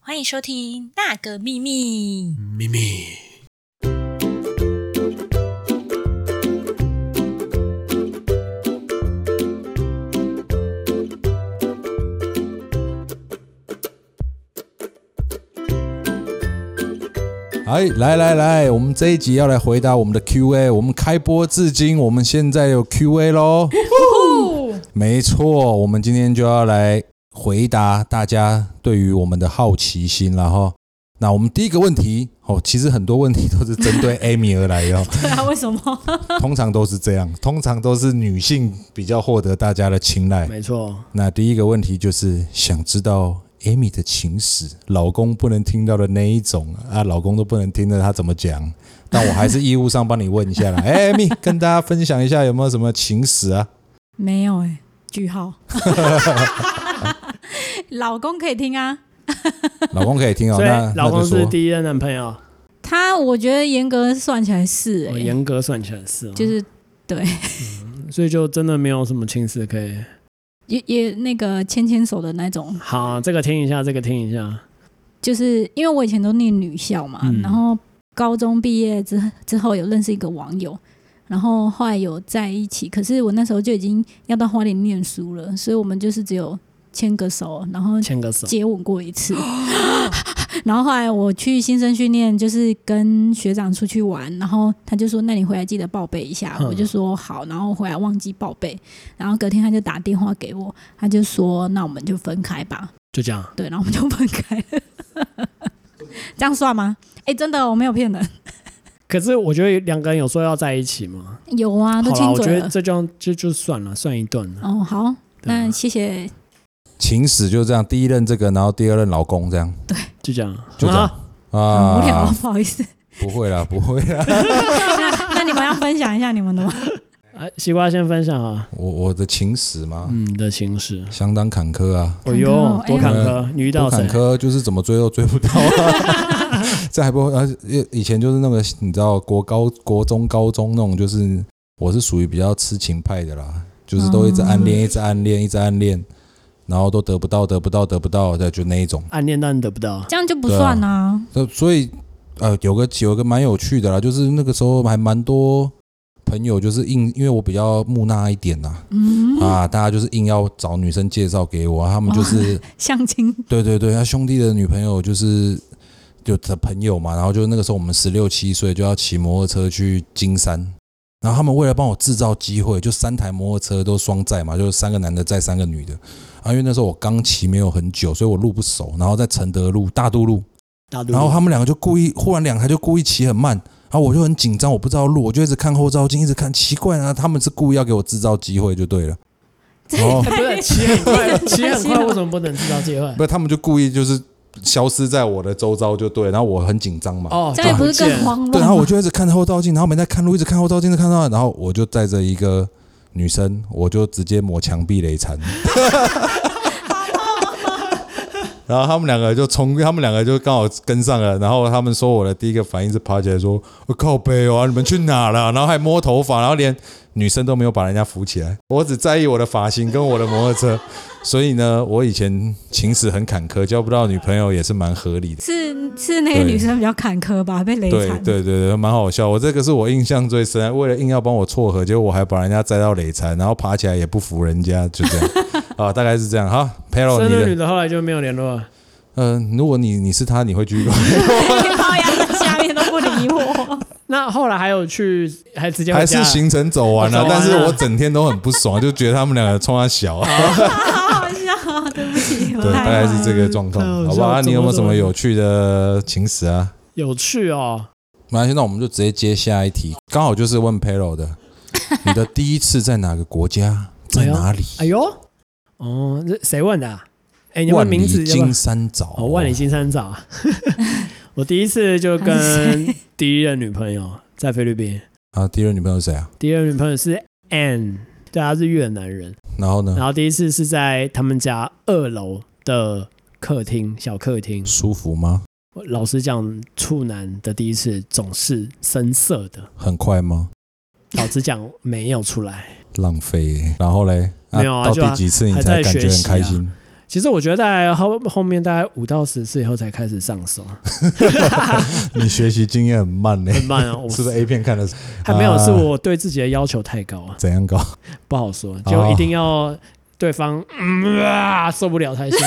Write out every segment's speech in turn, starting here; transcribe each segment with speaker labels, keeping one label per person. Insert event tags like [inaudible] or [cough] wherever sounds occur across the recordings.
Speaker 1: 欢迎收听《那个秘密》。
Speaker 2: 咪咪，
Speaker 3: 哎，来来来，我们这一集要来回答我们的 Q&A。我们开播至今，我们现在有 Q&A 喽。没错，我们今天就要来回答大家对于我们的好奇心然后，那我们第一个问题哦，其实很多问题都是针对 Amy 而来的哦，
Speaker 1: 对啊，为什么？
Speaker 2: [laughs]
Speaker 3: 通常都是这样，通常都是女性比较获得大家的青睐。
Speaker 2: 没错，
Speaker 3: 那第一个问题就是想知道 Amy 的情史，老公不能听到的那一种啊，老公都不能听的，他怎么讲？但我还是义务上帮你问一下
Speaker 2: [laughs]
Speaker 3: 啦。哎、a m y 跟大家分享一下有没有什么情史啊？
Speaker 1: [laughs] 没有哎、句 [laughs] 号。老公可以听啊，
Speaker 3: 老公可以听哦，
Speaker 2: 所以
Speaker 3: 那
Speaker 2: 老公
Speaker 3: 那
Speaker 2: 是
Speaker 3: 就说
Speaker 2: 第一任男朋友，
Speaker 1: 他我觉得严格算起来是哎、
Speaker 2: 我严格算起来是哦，
Speaker 1: 就是
Speaker 2: 所以就真的没有什么情史可以。
Speaker 1: 也也那个牵牵手的那种，
Speaker 2: 好，啊这个听一下，这个听一下，
Speaker 1: 就是因为我以前都念女校嘛，
Speaker 2: 嗯
Speaker 1: 然后高中毕业之之后有认识一个网友，然后后来有在一起，可是我那时候就已经要到花莲念书了，所以我们就是只有牵个手，然后
Speaker 2: 牵个手。
Speaker 1: 接吻过一次。 [gasps] 然后后来我去新生训练，就是跟学长出去玩，然后他就说：“那你回来记得报备一下。”
Speaker 2: 嗯
Speaker 1: 我就说：“好。”然后回来忘记报备，然后隔天他就打电话给我，他就说：“那我们就分开吧。
Speaker 2: 就这样”，
Speaker 1: 对，然后我们就分开 [laughs] 了。这样算吗？哎、真的，我没有骗人。
Speaker 2: 可是我觉得两个人有说要在一起吗？
Speaker 1: 有啊，都
Speaker 2: 好
Speaker 1: 亲
Speaker 2: 了，我觉
Speaker 1: 嘴
Speaker 2: 得
Speaker 1: 了。
Speaker 2: 这就这就算了，算一顿了。
Speaker 1: 哦，好，
Speaker 2: 对啊
Speaker 1: 那谢谢。
Speaker 3: 情史就这样，第一任这个，然后第二任老公这样
Speaker 2: 就这样，
Speaker 3: 就这样
Speaker 2: 啊
Speaker 1: 很
Speaker 2: [laughs]
Speaker 3: 啊，
Speaker 1: 无聊，不好意思。
Speaker 3: 不会啦，不会啦，
Speaker 1: 那 [laughs] 那你们要分享一下你们的吗？
Speaker 2: 啊，西瓜先分享啊，
Speaker 3: 我我的情史嘛，
Speaker 2: 嗯，你的情史。
Speaker 3: 相当坎坷啊，
Speaker 2: 哦
Speaker 1: 坎坷哦
Speaker 2: 哟，多坎
Speaker 3: 哎
Speaker 2: 坷！你遇到
Speaker 3: 多
Speaker 2: 谁
Speaker 3: 坎？坷，就是怎么追都追不到、啊。这还不而且以前就是那个你知道国高、国中、高中那种，就是我是属于比较痴情派的啦，就是都一直暗恋、一直暗恋、一直暗恋，然后都得不到、得不到、得不到的，就那一种。
Speaker 2: 暗恋但得
Speaker 3: [laughs]
Speaker 2: 不到，
Speaker 1: 这样就不
Speaker 3: 对啊
Speaker 1: 算啊。
Speaker 3: 所所以呃，有个有个蛮有趣的啦，就是那个时候还蛮多朋友就是硬，因为我比较木讷一点呐、
Speaker 1: 嗯，
Speaker 3: 啊，大家就是硬要找女生介绍给我，他们就是。
Speaker 1: 相亲
Speaker 3: 对对对，他兄弟的女朋友就是就他朋友嘛，然后就那个时候我们十六七岁就要骑摩托车去金山，然后他们为了帮我制造机会，就三台摩托车都双载嘛，就是三个男的载三个女的啊，因为那时候我刚骑没有很久，所以我路不熟，然后在承德路大渡路，
Speaker 2: 大肚
Speaker 3: 然后他们两个就故意，忽然两台就故意骑很慢，然后我就很紧张，我不知道路，我就一直看后照镜，一直看，奇怪啊，他们是故意要给我制造机会就对了，哦
Speaker 2: 哎不是骑
Speaker 1: [laughs]
Speaker 2: 很快，骑很
Speaker 1: 开心
Speaker 2: 快，
Speaker 1: 哦
Speaker 2: 为什么不能制造机会？
Speaker 3: 不，他们就故意就是消失在我的周遭就对，然后我很紧张嘛，
Speaker 2: 哦，
Speaker 1: 这样不是更
Speaker 2: 见
Speaker 1: 慌乱吗？
Speaker 3: 对，然后我就一直看后照镜，然后没在看路，一直看后照镜，一直看到，然后我就载着一个女生，我就直接抹墙壁雷残。 [laughs] 然后他们两个就冲，他们两个就刚好跟上了。然后他们说我的第一个反应是爬起来说：“我、靠背哦、啊，你们去哪了？”然后还摸头发，然后连女生都没有把人家扶起来。我只在意我的发型跟我的摩托车。所以呢，我以前情史很坎坷，交不到女朋友也是蛮合理的。
Speaker 1: 是是那个女生比较坎坷吧，被雷
Speaker 3: 对
Speaker 1: 惨。
Speaker 3: 对对对，蛮好笑。我这个是我印象最深，为了硬要帮我撮合，结果我还把人家栽到累残，然后爬起来也不服人家，就
Speaker 2: [laughs]
Speaker 3: 这样啊，大概是这样。好 p e r o
Speaker 2: 生
Speaker 3: 你
Speaker 2: 日
Speaker 3: 的
Speaker 2: 女，的后来就没有联络了。
Speaker 3: 嗯、如果你你是他，你会
Speaker 2: [laughs]
Speaker 3: 继续吗？
Speaker 1: 靠呀，下面都不理我。
Speaker 2: 那后来还有去，还直接回
Speaker 3: 还
Speaker 2: 家
Speaker 3: 是行程走完了、
Speaker 2: 走完
Speaker 3: 但是
Speaker 2: 了
Speaker 3: 我整天都很不爽，就觉得他们两个冲他
Speaker 2: [laughs]
Speaker 3: 小啊，
Speaker 1: [laughs] 好好笑，对不起，我
Speaker 3: 对，大
Speaker 1: 太
Speaker 3: 概
Speaker 1: 坏
Speaker 3: 是
Speaker 1: 了
Speaker 3: 这个状况
Speaker 2: 哦太好，笑
Speaker 3: 好吧？啊
Speaker 2: 怎
Speaker 3: 你
Speaker 2: 么
Speaker 3: 有没有什么
Speaker 2: 这么
Speaker 3: 有趣的情史啊？
Speaker 2: 有趣哦。
Speaker 3: 那现在我们就直接接下一题，刚好就是问 p e r o 的，你的第一次在哪个国家，在
Speaker 2: [laughs] 哎呦
Speaker 3: 哪里？
Speaker 2: 哎呦，哦，这谁问的、啊？哎，你问
Speaker 3: 万
Speaker 2: 名
Speaker 3: 里
Speaker 2: 字要不要
Speaker 3: 金山找，
Speaker 2: 哦，万里金山找。 [laughs] 我第一次就跟第一任女朋友在菲律宾，
Speaker 3: 啊，第二女朋友是谁啊？
Speaker 2: 第一任女朋友是 Ann，对，她是越南人。
Speaker 3: 然后呢？
Speaker 2: 然后第一次是在他们家二楼的客厅，小客厅。
Speaker 3: 舒服吗？
Speaker 2: 我老实讲，处男的第一次总是深色的。
Speaker 3: 很快吗？
Speaker 2: 老实讲，没有出来。
Speaker 3: 浪费耶、然后嘞，
Speaker 2: 没有啊
Speaker 3: 到
Speaker 2: 就啊
Speaker 3: 第几次你
Speaker 2: 还
Speaker 3: 才
Speaker 2: 在
Speaker 3: 感觉
Speaker 2: 学
Speaker 3: 很
Speaker 2: 习啊 [laughs]
Speaker 3: 开心？
Speaker 2: 其实我觉得大概后后面大概五到十次以后才开始上 [laughs] 手，
Speaker 3: 你学习经验很慢呢、
Speaker 2: 很
Speaker 3: [laughs]
Speaker 2: 慢啊，我
Speaker 3: 是不是 A 片看的
Speaker 2: 还没有，
Speaker 3: 啊
Speaker 2: 是我对自己的要求太高啊，
Speaker 3: 怎样搞？
Speaker 2: 不好说，就一定要对方嗯啊受不了才行。 [laughs]
Speaker 1: 是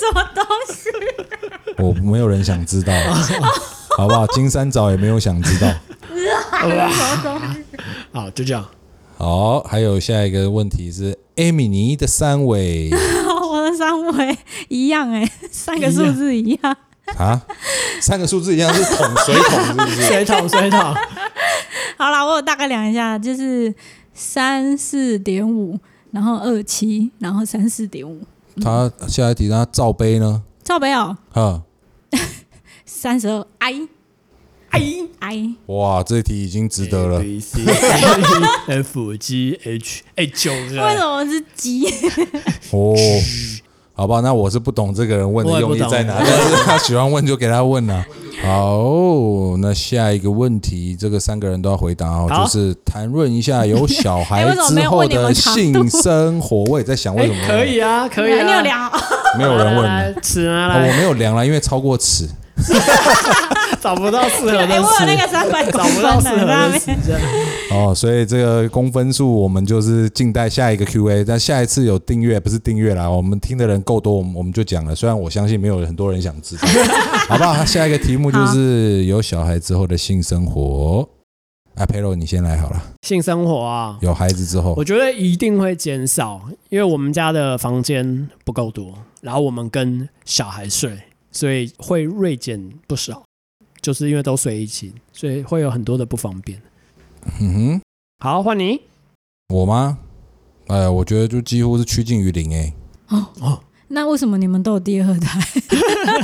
Speaker 1: 什么东西？
Speaker 3: 我没有人想
Speaker 2: [laughs]
Speaker 3: 知道，好不好？金三角也没有想知道。
Speaker 2: 好，就这样。
Speaker 3: 好，还有下一个问题是艾米尼的三
Speaker 2: [laughs]
Speaker 3: 围
Speaker 1: [laughs] 我的三围一样哎、三个数字一样。 [laughs]
Speaker 3: 啊，三个数字一样是桶水桶，是不
Speaker 2: [laughs]
Speaker 3: 是？
Speaker 2: 水桶，水桶，
Speaker 1: 好啦，我有大概量一下，就是三四点五，然后二七，然后三四点五。
Speaker 3: 他下一题，他罩杯呢？
Speaker 1: 赵北哦，
Speaker 3: 啊，
Speaker 1: 三十二哎 i
Speaker 3: 哎
Speaker 1: i i，
Speaker 3: 哇，这题已经值得了
Speaker 2: A。B C D E F G H 哎九
Speaker 1: 为什
Speaker 2: 个，
Speaker 1: 么是鸡？ [laughs]
Speaker 3: 哦，好吧，那我是不懂这个人问
Speaker 2: 我
Speaker 3: 的
Speaker 2: 也不
Speaker 3: 用意在哪，
Speaker 2: 懂
Speaker 3: 但
Speaker 2: [laughs]
Speaker 3: 是他喜欢问就给他问啦、好，那下一个问题，这个三个人都要回答哦，
Speaker 2: 好
Speaker 3: 就是谈论一下有小孩
Speaker 1: 哎为什么没
Speaker 3: 之
Speaker 1: 有
Speaker 3: 后
Speaker 1: 问你
Speaker 3: 的
Speaker 1: 们长度
Speaker 3: 性生活。我也在想为
Speaker 2: 哎
Speaker 3: 什么
Speaker 2: 可以啊，可以啊，
Speaker 1: 你有量哦？
Speaker 3: 没有人问
Speaker 2: 来
Speaker 3: 呢、
Speaker 2: 来尺拿
Speaker 3: 哦我
Speaker 2: 来，
Speaker 3: 没有量了，因为超过尺。
Speaker 2: 找不到适合的
Speaker 1: 哎、我有那个
Speaker 2: 尺，
Speaker 1: 三百公
Speaker 2: 找不
Speaker 1: 分
Speaker 2: 到
Speaker 1: 的
Speaker 2: 适合
Speaker 1: 在那
Speaker 2: 的
Speaker 1: 边。
Speaker 2: 尺，这样
Speaker 3: 哦，所以这个公分数我们就是静待下一个 Q&A，但下一次有订阅不是订阅啦，我们听的人够多，我们我们就讲了。虽然我相信没有很多人想知道，好不好？下一个题目就是有小孩之后的性生活。啊，佩洛，你先来好了。
Speaker 2: 性生活啊，
Speaker 3: 有孩子之后
Speaker 2: 我，觉得一定会减少，因为我们家的房间不够多，然后我们跟小孩睡，所以会锐减不少，就是因为都睡一起，所以会有很多的不方便。
Speaker 3: 嗯哼，
Speaker 2: 好，换你
Speaker 3: 我吗？哎，我觉得就几乎是趋近于零哎、
Speaker 2: 哦，
Speaker 1: 那为什么你们都有第二胎？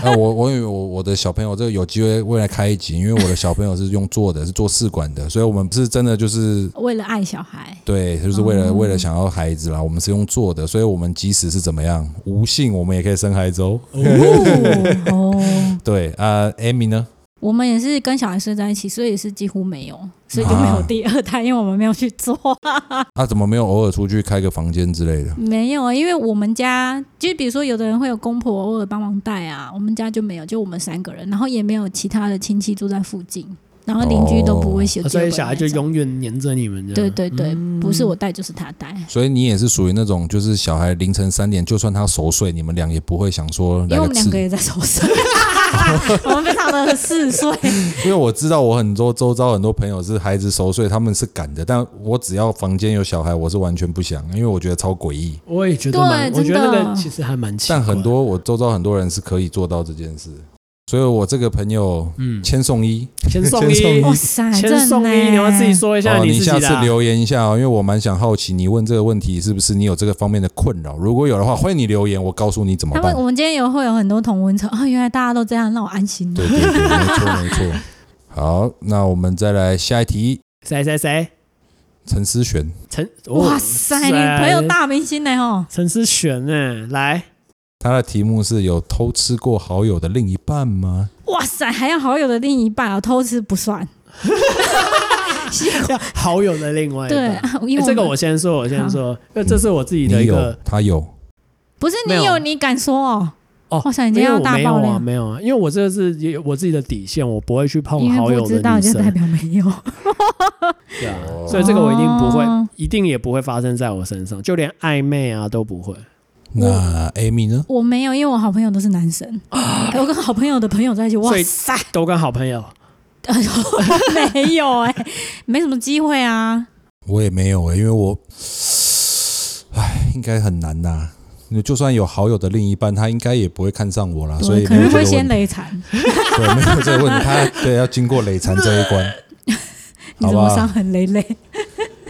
Speaker 3: 哎，我我以为我我的小朋友这个有机会未来开一集，因为我的小朋友是用做的，是做试管的，所以我们不是真的就是
Speaker 1: 为了爱小孩，
Speaker 3: 对，就是为了、
Speaker 1: 哦
Speaker 3: 为了想要孩子啦，我们是用做的，所以我们即使是怎么样无性，我们也可以生孩子哦。
Speaker 1: 哦，哦
Speaker 3: 对啊、艾米呢？
Speaker 1: 我们也是跟小孩睡在一起，所以也是几乎没有，所以就没有第二胎，因为我们没有去做。
Speaker 3: 她、啊怎么没有偶尔出去开个房间之类的？
Speaker 1: 没有啊，因为我们家就比如说有的人会有公婆偶尔帮忙带啊，我们家就没有，就我们三个人，然后也没有其他的亲戚住在附近，然后邻居都不会写、
Speaker 2: 啊所以小孩就。永远黏着你们这
Speaker 1: 对
Speaker 2: 样。
Speaker 1: 对对，不是我带就是他带，
Speaker 3: 所以你也是属于那种，就是小孩凌晨三点，就算他熟睡，你们俩也不会想说
Speaker 1: 因为
Speaker 3: 来
Speaker 1: 嗯我们
Speaker 3: 个
Speaker 1: 两
Speaker 3: 刺
Speaker 1: 个也在手上，我们非常的四岁，
Speaker 3: 因为我知道我很多周遭很多朋友是孩子熟睡，他们是敢的，但我只要房间有小孩，我是完全不想，因为我觉得超诡异。
Speaker 2: 我也觉得
Speaker 1: 对
Speaker 2: 蛮，我觉得
Speaker 1: 真的
Speaker 2: 那个其实还蛮奇怪。
Speaker 3: 但很，多我周遭很多人是可以做到这件事，所以我这个朋友
Speaker 2: 嗯，
Speaker 3: 千颂伊，
Speaker 2: 先送
Speaker 3: 先送 [laughs]
Speaker 2: 一
Speaker 3: 一，
Speaker 1: 哇塞，
Speaker 2: 先
Speaker 1: 啊真
Speaker 2: 送
Speaker 1: 的欸
Speaker 2: 一，
Speaker 1: 耶
Speaker 2: 你要自己说一下
Speaker 3: 哦，
Speaker 2: 自己
Speaker 3: 下
Speaker 2: 的
Speaker 3: 次
Speaker 2: 啊。
Speaker 3: 留言一下哦，因为我蛮想好奇你问这个问题是不是你有这个方面的困扰？如果有的话，欢迎你留言，我告诉你怎么
Speaker 1: 他
Speaker 3: 办
Speaker 1: 们我。们今天有会有很多同温层 [laughs] 啊，原来大家都这样，让我安心了。
Speaker 3: 对对对，没错没错。好，那我们再来下一题，
Speaker 2: 谁谁谁？
Speaker 3: 陈思璇，
Speaker 2: 陈哦
Speaker 1: 哇塞，你朋友大明星呢哦吼！
Speaker 2: 陈思璇呢？来，
Speaker 3: 他的题目是有偷吃过好友的另一半吗？
Speaker 1: 哇塞，还要好友的另一半啊，偷吃不
Speaker 2: [laughs]
Speaker 1: 算。
Speaker 2: 要好友的另外一
Speaker 1: 对
Speaker 2: 半。
Speaker 1: 啊， [laughs] 因为
Speaker 2: 欸这个
Speaker 1: 们
Speaker 2: 我先说，我先
Speaker 1: 好
Speaker 2: 说，因为这是我自己的
Speaker 3: 你
Speaker 2: 一
Speaker 3: 有
Speaker 2: 个，
Speaker 3: 他有，
Speaker 1: 不是你
Speaker 2: 没有
Speaker 1: 有，你敢说哦？
Speaker 2: 哦
Speaker 1: 哇塞，你今天
Speaker 2: 没有
Speaker 1: 要
Speaker 2: 我
Speaker 1: 大
Speaker 2: 没有
Speaker 1: 爆
Speaker 2: 啊，
Speaker 1: 料，
Speaker 2: 没有啊，因为我这个是有我自己的底线，我不会去碰
Speaker 1: 因
Speaker 2: 好
Speaker 1: 为
Speaker 2: 友
Speaker 1: 不
Speaker 2: 的
Speaker 1: 知道
Speaker 2: 女
Speaker 1: 就代
Speaker 2: 生，
Speaker 1: 表没有。 [laughs]
Speaker 2: 对啊，所以这个我一定不会，
Speaker 3: 哦
Speaker 2: 一定也不会发生在我身上，就连暧昧啊都不会。
Speaker 3: 那 Amy 呢？
Speaker 1: 我没有，因为我好朋友都是男
Speaker 2: [gasps]
Speaker 1: 生，哎我跟好朋友的朋友在一起，哇
Speaker 2: 所以
Speaker 1: 塞，
Speaker 2: 都跟好朋友，
Speaker 1: [laughs] 没有哎，没什么机会啊。
Speaker 3: 我也没有诶、因为我，唉，应该很难呐。你就算有好友的另一半，他应该也不会看上我啦，所以
Speaker 1: 对，可
Speaker 3: 没有
Speaker 1: 能
Speaker 3: 这个
Speaker 1: 会
Speaker 3: 问
Speaker 1: 先
Speaker 3: 题
Speaker 1: 累残。
Speaker 3: [laughs] 对，没有这个问题，他对要经过累残这一关，
Speaker 1: [laughs] 你
Speaker 3: 好
Speaker 1: 怎
Speaker 3: 吧
Speaker 1: 么伤痕累累？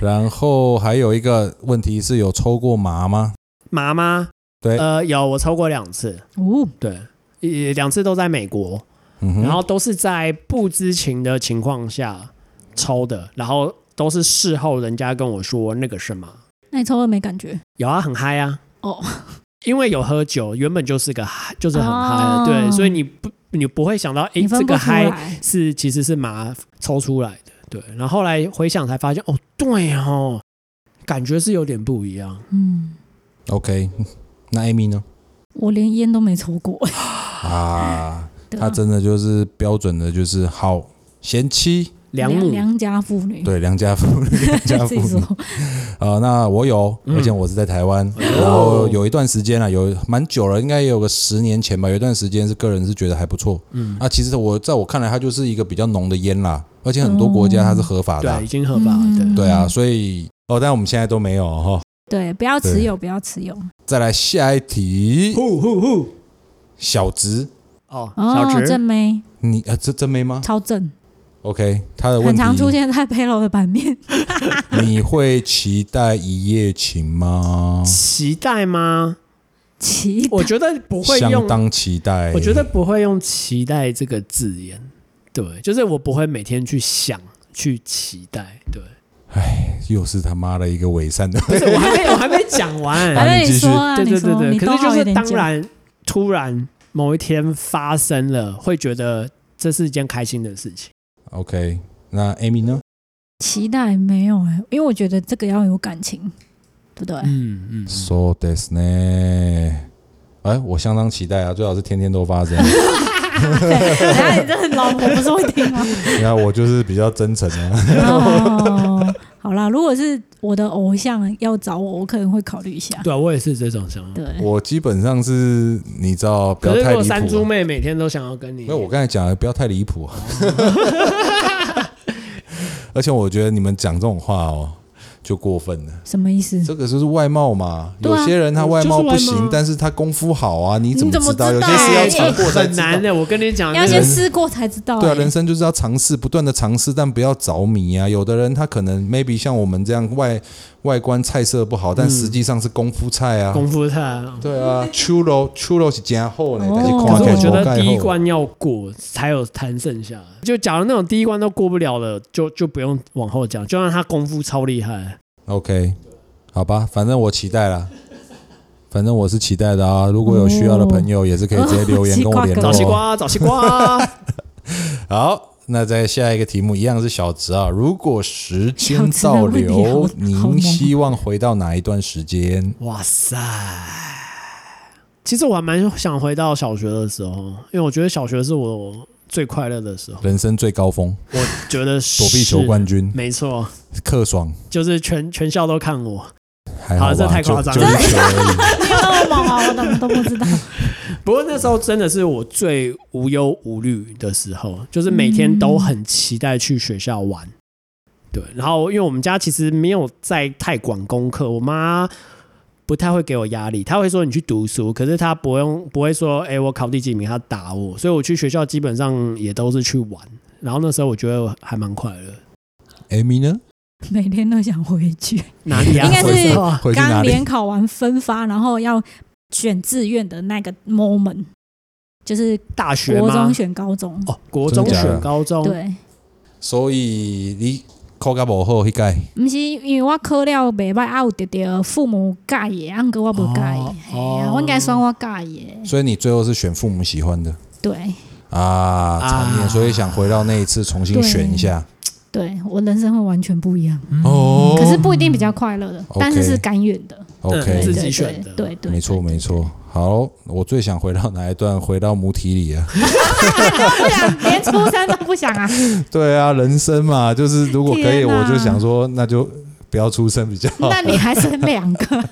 Speaker 3: 然后还有一个问题是有抽过麻吗？
Speaker 2: 妈妈，
Speaker 3: 对
Speaker 2: 呃，有我抽过两次，
Speaker 1: 哦，
Speaker 2: 对，也两次都在美国，
Speaker 3: 嗯哼，
Speaker 2: 然后都是在不知情的情况下抽的，然后都是事后人家跟我说那个什么。
Speaker 1: 那你抽了没感觉？
Speaker 2: 有啊，很嗨啊。
Speaker 1: 哦，
Speaker 2: 因为有喝酒，原本就是个嗨，就是很嗨的，
Speaker 1: 哦
Speaker 2: 对，所以你不你不会想到，诶，
Speaker 1: [laughs] 你分
Speaker 2: 这
Speaker 1: 不
Speaker 2: 个
Speaker 1: 出
Speaker 2: 嗨
Speaker 1: 来。
Speaker 2: 是其实是麻抽出来的，对。然后后来回想才发现，哦，对哦，感觉是有点不一样。
Speaker 1: 嗯，
Speaker 3: OK，那 Amy 呢？
Speaker 1: 我连烟都没抽过。
Speaker 3: 啊，
Speaker 1: 对
Speaker 3: 他
Speaker 1: 啊
Speaker 3: 真的就是标准的，就是好贤妻，
Speaker 2: 良母
Speaker 1: 良家妇
Speaker 2: 嗯
Speaker 1: 女， [laughs]
Speaker 3: 对，良家妇女，良家妇
Speaker 1: 自己
Speaker 3: 女
Speaker 1: 说。
Speaker 3: 啊、那我有，
Speaker 2: 嗯
Speaker 3: 而且我是在台湾，
Speaker 2: 哎呦
Speaker 3: 然后有一段时间了，啊有蛮久了，应该也有个十年前吧。有一段时间是个人是觉得还不错，嗯，啊，其实我在我看来，它就是一个比较浓的烟啦，而且很多国家它是合法的啊、
Speaker 2: 对，已经合法了，对。
Speaker 1: 嗯
Speaker 3: 对啊，所以哦，但我们现在都没有哈、哦。
Speaker 1: 对，不要持有，不要持有。
Speaker 3: 再来下一题，
Speaker 2: 呼呼呼！
Speaker 3: 小直，
Speaker 2: 哦，
Speaker 1: 哦
Speaker 2: 小，
Speaker 1: 正
Speaker 2: 直，
Speaker 1: 妹
Speaker 3: 你啊，这真没吗
Speaker 1: 超正，
Speaker 3: ？OK，他的问
Speaker 1: 很常出
Speaker 3: 题，
Speaker 1: 现在 p a y l o 的版面。
Speaker 3: 你会期待一夜情吗？
Speaker 2: 期待吗？
Speaker 1: 奇，
Speaker 2: 我觉得不会
Speaker 3: 相
Speaker 2: 用，
Speaker 3: 当期待，
Speaker 2: 我觉得不会用“期待”这个字眼，对，就是我不会每天去想、去期待，
Speaker 1: [laughs]
Speaker 2: 对。
Speaker 3: 又是他妈的一个伪
Speaker 2: [laughs]
Speaker 3: 善的
Speaker 2: 不是，我还没，我还没讲
Speaker 1: [laughs] 反
Speaker 2: 完。 [laughs]
Speaker 3: 好
Speaker 1: 正
Speaker 3: 你
Speaker 1: 你
Speaker 3: 继续
Speaker 1: 说啊，
Speaker 2: 对
Speaker 1: 你
Speaker 2: 对对
Speaker 1: 说，
Speaker 2: 对，
Speaker 1: 你
Speaker 2: 可
Speaker 1: 逗
Speaker 2: 是就
Speaker 1: 号有
Speaker 2: 是
Speaker 1: 点
Speaker 2: 当
Speaker 1: 久。
Speaker 2: 然，突然某一天发生了，会觉得这是一件开心的事情。
Speaker 3: OK，那 Amy 呢？
Speaker 1: 期待没有哎、因为我觉得这个要有感情，对不
Speaker 2: [laughs]
Speaker 1: 对？ [laughs]
Speaker 2: 嗯嗯，
Speaker 3: So this 呢？哎，我相当期待啊，最好是天天都
Speaker 1: [laughs]
Speaker 3: 发生。
Speaker 1: 等下你这老婆不是会听吗？
Speaker 3: 你看，我就是比较真诚啊。
Speaker 1: 哦，好啦，如果是我的偶像要找我，我可能会考虑一下。
Speaker 2: 对啊，我也是这种想法。
Speaker 1: 对，
Speaker 3: 我基本上是，你知道，不要
Speaker 2: 可是如
Speaker 3: 太
Speaker 2: 果
Speaker 3: 离
Speaker 2: 山猪
Speaker 3: 谱啊。
Speaker 2: 妹每天都想要跟你，
Speaker 3: 没有，我刚才讲的不要太离谱 [laughs] 啊。而且我觉得你们讲这种话哦，就过分了。
Speaker 1: 什么意思？
Speaker 3: 这个就是外貌嘛，
Speaker 1: 对啊
Speaker 3: 有些人他外貌不
Speaker 2: 就是外
Speaker 3: 行
Speaker 2: 貌，
Speaker 3: 但是他功夫好啊，你怎
Speaker 1: 你怎么
Speaker 3: 知道？
Speaker 1: 知
Speaker 3: 有
Speaker 1: 道
Speaker 3: 些事要
Speaker 1: 哎
Speaker 3: 尝过才
Speaker 2: 很
Speaker 3: 知
Speaker 2: 难啊
Speaker 3: 道。
Speaker 2: 的。我跟你讲，
Speaker 1: 要
Speaker 2: 那
Speaker 1: 先
Speaker 2: 个
Speaker 1: 试过才知道、
Speaker 3: 对啊，
Speaker 1: 欸
Speaker 3: 人生就是要尝试，不断的尝试，但不要着迷啊。有的人他可能 maybe 像我们这样外外观菜色不好，但
Speaker 2: 嗯
Speaker 3: 实际上是功夫菜啊。
Speaker 2: 功夫菜啊。
Speaker 3: 对啊，出肉出肉是加厚呢，
Speaker 1: 哦
Speaker 3: 但是
Speaker 2: 可
Speaker 3: 看
Speaker 2: 是
Speaker 3: 起来
Speaker 2: 我觉
Speaker 3: 不
Speaker 2: 得
Speaker 3: 太
Speaker 2: 第一
Speaker 3: 好。
Speaker 2: 关要过才有谈剩下的，就假如那种第一关都过不了了，就就不用往后讲，就让他功夫超厉害。
Speaker 3: OK，好吧，反正我期待啦。反正我是期待的啊！如果有需要的朋友，也是可以直接留言
Speaker 1: 哦
Speaker 3: 跟我联
Speaker 2: 找西
Speaker 3: 络哦。
Speaker 2: 瓜，找西瓜，
Speaker 3: 好，那在下一个题目一样是小直啊。如果时间
Speaker 1: 小直的问题
Speaker 3: 倒
Speaker 1: 好
Speaker 3: 流
Speaker 1: 好，
Speaker 3: 您
Speaker 1: 猛
Speaker 3: 希望回到哪一段时间？
Speaker 2: 哇塞！其实我还蛮想回到小学的时候，因为我觉得小学是我最快乐的时候。
Speaker 3: 人生最高峰，
Speaker 2: 我觉得是
Speaker 3: 躲避球冠军，
Speaker 2: 没错，
Speaker 3: 克爽。
Speaker 2: 就是全全校都看我。
Speaker 3: 还
Speaker 2: 好
Speaker 3: 吧
Speaker 2: 啊这太夸张了
Speaker 3: 就就是球而已
Speaker 1: 没有那么猛啊，我怎么都不
Speaker 3: [laughs]
Speaker 1: 知道。
Speaker 2: 不过那时候真的是我最无忧无虑的时候，就是每天都很期待去学校玩。对，然后因为我们家其实没有在太管功课，我妈不太会给我压力，她会说你去读书，可是她不用不会说，哎、我考第几名，她打我，所以我去学校基本上也都是去玩。然后那时候我觉得我还蛮快乐， [laughs]
Speaker 3: Amy 呢？
Speaker 1: 每天都想回去。
Speaker 2: 哪里啊？
Speaker 1: 应该是
Speaker 2: 回到
Speaker 3: 回去哪
Speaker 1: 刚
Speaker 3: 里
Speaker 1: 联？考完分发，然后要选志愿的那个 moment，就是
Speaker 2: 大学
Speaker 1: 国
Speaker 2: 吗
Speaker 1: 中？选高中。
Speaker 2: 哦，国中
Speaker 3: 真假的
Speaker 2: 选高中，
Speaker 1: 对，
Speaker 3: 所以你考甲无好迄届，
Speaker 1: 毋是因为我考了袂歹，啊有着着父母介意，啊毋过我无介
Speaker 2: 哦
Speaker 1: 意，嘿啊
Speaker 2: 哦
Speaker 1: 我应该选我介意的。
Speaker 3: 所以你最后是选父母喜欢的
Speaker 1: 对
Speaker 3: 啊，惨念，
Speaker 2: 啊
Speaker 3: 所以想回到那一次重新选一下。
Speaker 1: 对，我人生会完全不一样，
Speaker 3: 哦
Speaker 1: 可是不一定比较快乐的，
Speaker 3: OK
Speaker 1: 但是是甘愿的。
Speaker 2: 对
Speaker 1: 对
Speaker 2: 自
Speaker 3: ，OK，
Speaker 2: 己
Speaker 1: 对
Speaker 2: 选的
Speaker 1: 对对对，
Speaker 3: 没错没错。好，我最想回到哪一段？回到母体里啊。 [laughs]
Speaker 1: 不想连出生都不想啊！
Speaker 3: 对啊，人生嘛，就是如果可以，
Speaker 1: 天哪
Speaker 3: 我就想说，那就不要出生比较好。 [laughs]
Speaker 1: 那你还生两个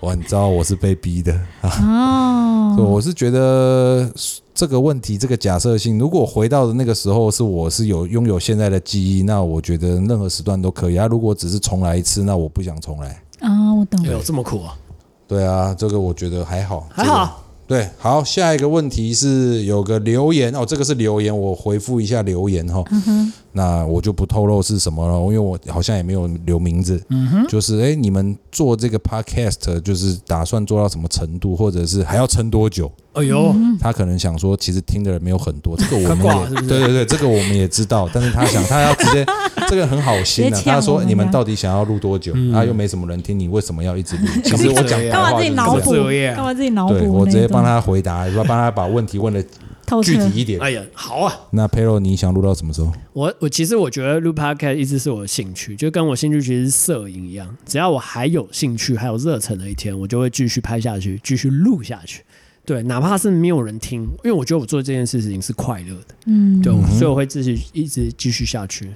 Speaker 3: 我你知道我是被逼的。啊对，
Speaker 1: 哦？
Speaker 3: 我是觉得这个问题，这个假设性，如果回到的那个时候是我是有拥有现在的记忆，那我觉得任何时段都可以啊。如果只是重来一次，那我不想重来。
Speaker 1: 啊，我懂。
Speaker 2: 有这么苦啊？
Speaker 3: 对啊，这个我觉得还好，
Speaker 2: 还
Speaker 3: 这个。
Speaker 2: 好，啊
Speaker 3: 对，好，下一个问题是有个留言哦，这个是留言，我回复一下留言哈、
Speaker 1: 嗯哼，
Speaker 3: 那我就不透露是什么了，因为我好像也没有留名字。
Speaker 2: 嗯哼，
Speaker 3: 就是哎，你们做这个 podcast 就是打算做到什么程度，或者是还要撑多久？
Speaker 2: 哎呦，
Speaker 3: 他可能想说，其实听的人没有很多，这个我们
Speaker 2: 他挂了
Speaker 3: 也
Speaker 2: 是不是
Speaker 3: 对对对，这个我们也知道，但是他想他要直接，这个很好心
Speaker 1: 直
Speaker 3: 啊，
Speaker 1: 接呛
Speaker 3: 他
Speaker 1: 我
Speaker 3: 说
Speaker 1: 们
Speaker 3: 你们
Speaker 1: 啊
Speaker 3: 到底想要录多久
Speaker 2: 嗯
Speaker 3: 啊？又没什么人听，你为什么要一直录？其实我讲
Speaker 2: 啊
Speaker 3: 白
Speaker 1: 干
Speaker 3: 话
Speaker 1: 嘛自己脑
Speaker 3: 就是
Speaker 1: 补
Speaker 2: 自由业？啊
Speaker 1: 干嘛自己脑
Speaker 3: 这样，
Speaker 1: 哦补那一段？
Speaker 3: 对我直接帮他回答，帮他把问题问的
Speaker 1: 透彻
Speaker 3: 具体一点。
Speaker 2: 哎呀，好啊。
Speaker 3: 那 p e r o 你想录到什么时候？
Speaker 2: 我我其实我觉得录 podcast 一直是我的兴趣，就跟我兴趣其实是摄影一样，只要我还有兴趣还有热忱的一天，我就会继续拍下去，继续录下去。对，哪怕是没有人听，因为我觉得我做这件事情是快乐的，
Speaker 1: 嗯，
Speaker 2: 对，
Speaker 3: 嗯哼
Speaker 2: 所以我会继续一直继续下去。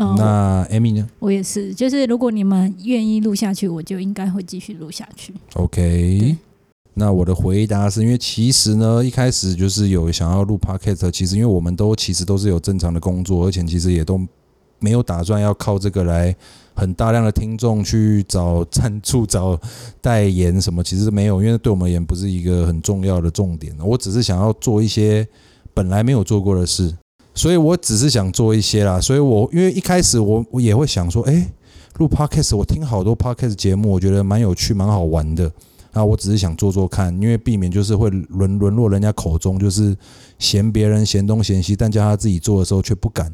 Speaker 1: 哦，
Speaker 3: 那 Amy 呢
Speaker 1: 我也是，就是如果你们愿意录下去，我就应该会继续录下去。
Speaker 3: ？OK，
Speaker 1: 对
Speaker 3: 那我的回答是因为其实呢，一开始就是有想要录 Podcast，其实因为我们都其实都是有正常的工作，而且其实也都没有打算要靠这个来很大量的听众去找赞助、找代言什么，其实没有，因为对我们而言不是一个很重要的重点。我只是想要做一些本来没有做过的事，所以我只是想做一些啦。所以我因为一开始我我也会想说，哎，录 podcast，我听好多 podcast 节目，我觉得蛮有趣、蛮好玩的。啊，我只是想做做看，因为避免就是会沦沦落人家口中，就是嫌别人嫌东嫌西，但叫他自己做的时候却不敢。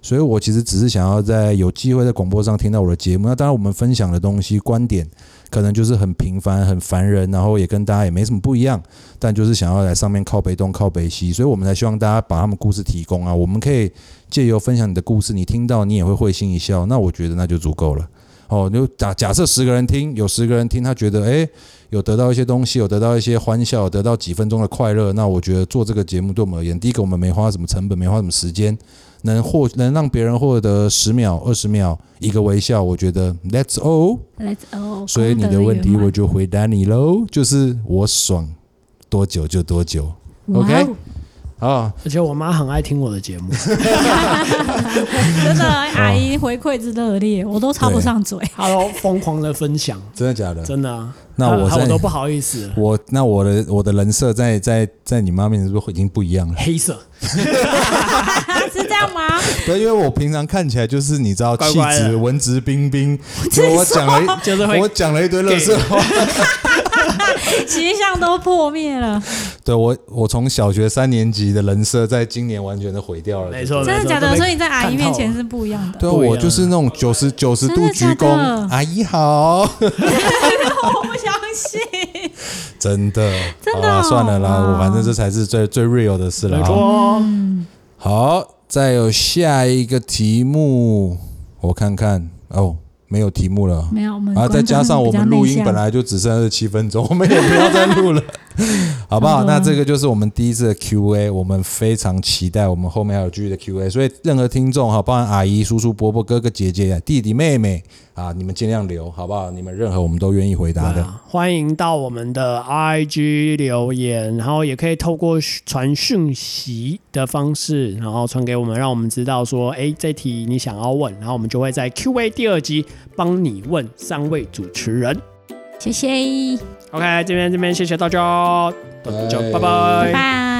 Speaker 3: 所以我其实只是想要在有机会在广播上听到我的节目。那当然，我们分享的东西、观点可能就是很平凡、很凡人，然后也跟大家也没什么不一样，但就是想要来上面靠北东、靠北西，所以我们才希望大家把他们故事提供啊。我们可以借由分享你的故事，你听到你也会会心一笑，那我觉得那就足够了。哦，就假假设十个人听，有十个人听，他觉得诶有得到一些东西，有得到一些欢笑，有得到几分钟的快乐，那我觉得做这个节目对我们而言，第一个我们没花什么成本，没花什么时间，能获能让别人获得十秒、二十秒一个微笑，我觉得 That's all。
Speaker 1: Let's all，
Speaker 3: 所以你的问题我就回答你喽，就是我爽多久就多久。
Speaker 1: 功德圆满
Speaker 3: OK 好，
Speaker 2: 而且我妈很爱听我的节目，
Speaker 1: 真的阿姨回馈之热烈，我都插不上
Speaker 2: [laughs]
Speaker 1: 嘴。
Speaker 2: 她都疯狂的分享，
Speaker 3: 真的假的？
Speaker 2: 真的啊。
Speaker 3: 那
Speaker 2: 她
Speaker 3: 我
Speaker 2: 她我
Speaker 3: 在
Speaker 2: 都不好意思了，
Speaker 3: 我那我的我的人设在在在你妈面前是不是已经不一样了？
Speaker 2: 黑色，
Speaker 1: [laughs] 是这样吗？
Speaker 3: [laughs] 对，因为我平常看起来就是你知道
Speaker 2: 乖
Speaker 3: 气
Speaker 2: 乖的
Speaker 3: 质文质彬彬，
Speaker 1: 自
Speaker 3: 结果我讲了一
Speaker 2: [laughs] 就是会
Speaker 3: 我讲了一堆乐色话。 [laughs]
Speaker 1: 形象都破灭
Speaker 2: [laughs]
Speaker 1: 了，
Speaker 3: 对我，我从小学三年级的人设，在今年完全的毁掉了。
Speaker 2: 没错，
Speaker 1: 真的假的？
Speaker 2: 没错
Speaker 1: 所以你在阿姨面前
Speaker 2: 看透了
Speaker 1: 是不一样的。
Speaker 3: 对啊，
Speaker 2: 不一样
Speaker 3: 我就是那种九十九十
Speaker 1: 真
Speaker 3: 度
Speaker 1: 的
Speaker 3: 鞠
Speaker 1: 假
Speaker 3: 躬
Speaker 1: 的，
Speaker 3: 阿姨好， [laughs]
Speaker 1: 我不相信，
Speaker 3: 真的，
Speaker 1: 真的
Speaker 3: 好啦
Speaker 1: 哦
Speaker 3: 算了啦，
Speaker 1: 哇
Speaker 3: 我反正这才是最最 real 的事了。
Speaker 2: 没
Speaker 3: 哈
Speaker 2: 错哦，
Speaker 3: 好，再有下一个题目，我看看哦，没有题目了。
Speaker 1: 没有我们
Speaker 3: 啊，再加上我们录音本
Speaker 1: 来
Speaker 3: 来就只剩二十七分钟，我 [laughs] 们也不要再
Speaker 1: [laughs]
Speaker 3: 录了，好不好？
Speaker 1: 好的
Speaker 3: 那这个就是我们第一次的 Q&A，我们非常期待我们后面还有继续的 Q&A，所以任何听众哈，包含阿姨、叔叔、伯伯、哥哥、姐姐、弟弟、妹妹啊，你们尽量留，好不好？你们任何我们都愿意回答
Speaker 2: 对
Speaker 3: 的。
Speaker 2: 啊欢迎到我们的 IG 留言，然后也可以透过传讯息的方式，然后传给我们，让我们知道说，哎，这题你想要问，然后我们就会在 Q&A 第二集帮你问三位主持人。
Speaker 1: 谢谢，
Speaker 2: OK，这边这边谢谢大家，大家
Speaker 3: 拜
Speaker 2: 拜
Speaker 1: 拜。